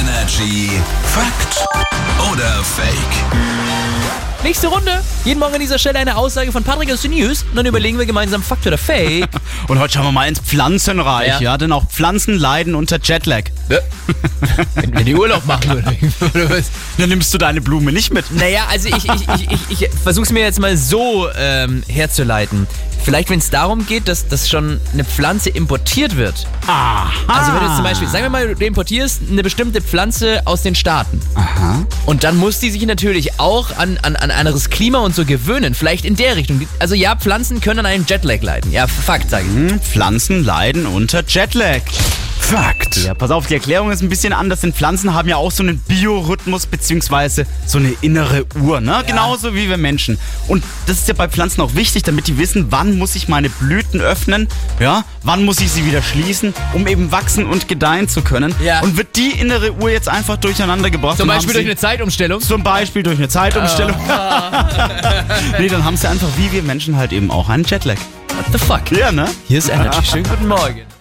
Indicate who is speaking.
Speaker 1: Energy Fakt oder Fake?
Speaker 2: Nächste Runde. Jeden Morgen an dieser Stelle eine Aussage von Patrick aus den News. Und dann überlegen wir gemeinsam Fakt oder Fake.
Speaker 3: Und heute schauen wir mal ins Pflanzenreich,
Speaker 2: Ja.
Speaker 3: ja. Denn auch Pflanzen leiden unter Jetlag.
Speaker 2: wenn, wenn die Urlaub machen oder, oder was?
Speaker 3: Dann nimmst du deine Blume nicht mit.
Speaker 2: Naja, also ich, ich, ich, ich, ich versuche es mir jetzt mal so ähm, herzuleiten. Vielleicht, wenn es darum geht, dass, dass schon eine Pflanze importiert wird.
Speaker 3: Aha.
Speaker 2: Also wenn du zum Beispiel, sagen wir mal, du importierst eine bestimmte Pflanze aus den Staaten.
Speaker 3: Aha.
Speaker 2: Und dann muss die sich natürlich auch an, an, an anderes Klima und so gewöhnen. Vielleicht in der Richtung. Also ja, Pflanzen können an einem Jetlag leiden. Ja, Fakt, sage ich.
Speaker 3: Hm, Pflanzen leiden unter Jetlag.
Speaker 1: Fakt.
Speaker 3: Ja, pass auf, die Erklärung ist ein bisschen anders, denn Pflanzen haben ja auch so einen Biorhythmus beziehungsweise so eine innere Uhr, ne? Genauso wie wir Menschen. Und das ist ja bei Pflanzen auch wichtig, damit die wissen, wann muss ich meine Blüten öffnen, ja? Wann muss ich sie wieder schließen, um eben wachsen und gedeihen zu können.
Speaker 2: Ja.
Speaker 3: Und wird die innere Uhr jetzt einfach durcheinander gebracht?
Speaker 2: Zum
Speaker 3: dann
Speaker 2: Beispiel
Speaker 3: haben
Speaker 2: durch
Speaker 3: sie-
Speaker 2: eine Ah. Zeitumstellung.
Speaker 3: Zum Beispiel durch eine Zeitumstellung. nee, dann haben sie einfach wie wir Menschen halt eben auch einen Jetlag.
Speaker 2: What the fuck?
Speaker 3: Ja, ne?
Speaker 2: Hier ist Energy. Schönen guten Morgen.